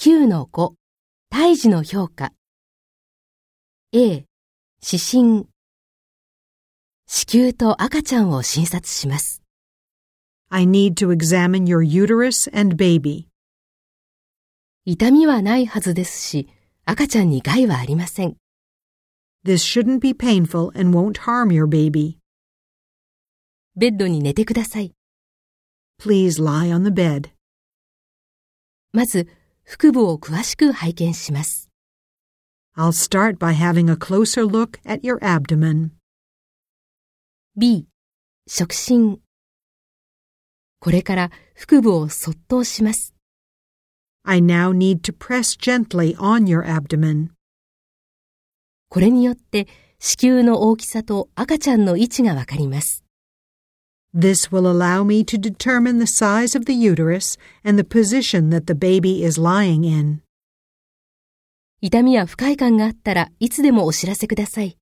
9-5胎児の評価 A 指針子宮と赤ちゃんを診察します I need to examine your uterus and baby. 痛みはないはずですし赤ちゃんに害はありません This shouldn't be painful and won't harm your baby. ベッドに寝てください Please lie on the bed. まず腹部を詳しく拝見します I'll start by having a closer look at your abdomen. B 触診これから腹部をそっと押します I now need to press gently on your abdomen. これによって子宮の大きさと赤ちゃんの位置がわかります This will allow me to determine the size of the uterus and the position that the baby is lying in. 痛みや不快感があったらいつでもお知らせください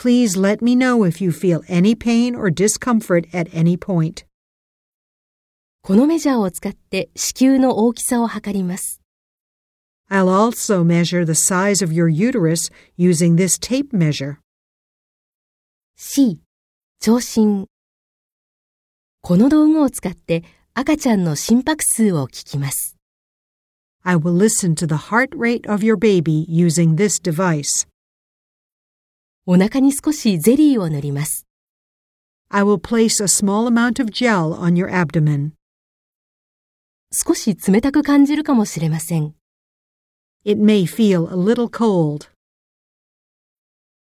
Please let me know if you feel any pain or discomfort at any point. このメジャーを使って子宮の大きさを測ります。 I'll also measure the size of your uterus using this tape measure. C、聴診。この道具を使って赤ちゃんの心拍数を聞きます。 I will listen to the heart rate of your baby using this device. お腹に少しゼリーを塗ります。 I will place a small amount of gel on your abdomen. 少し冷たく感じるかもしれません。 It may feel a little cold.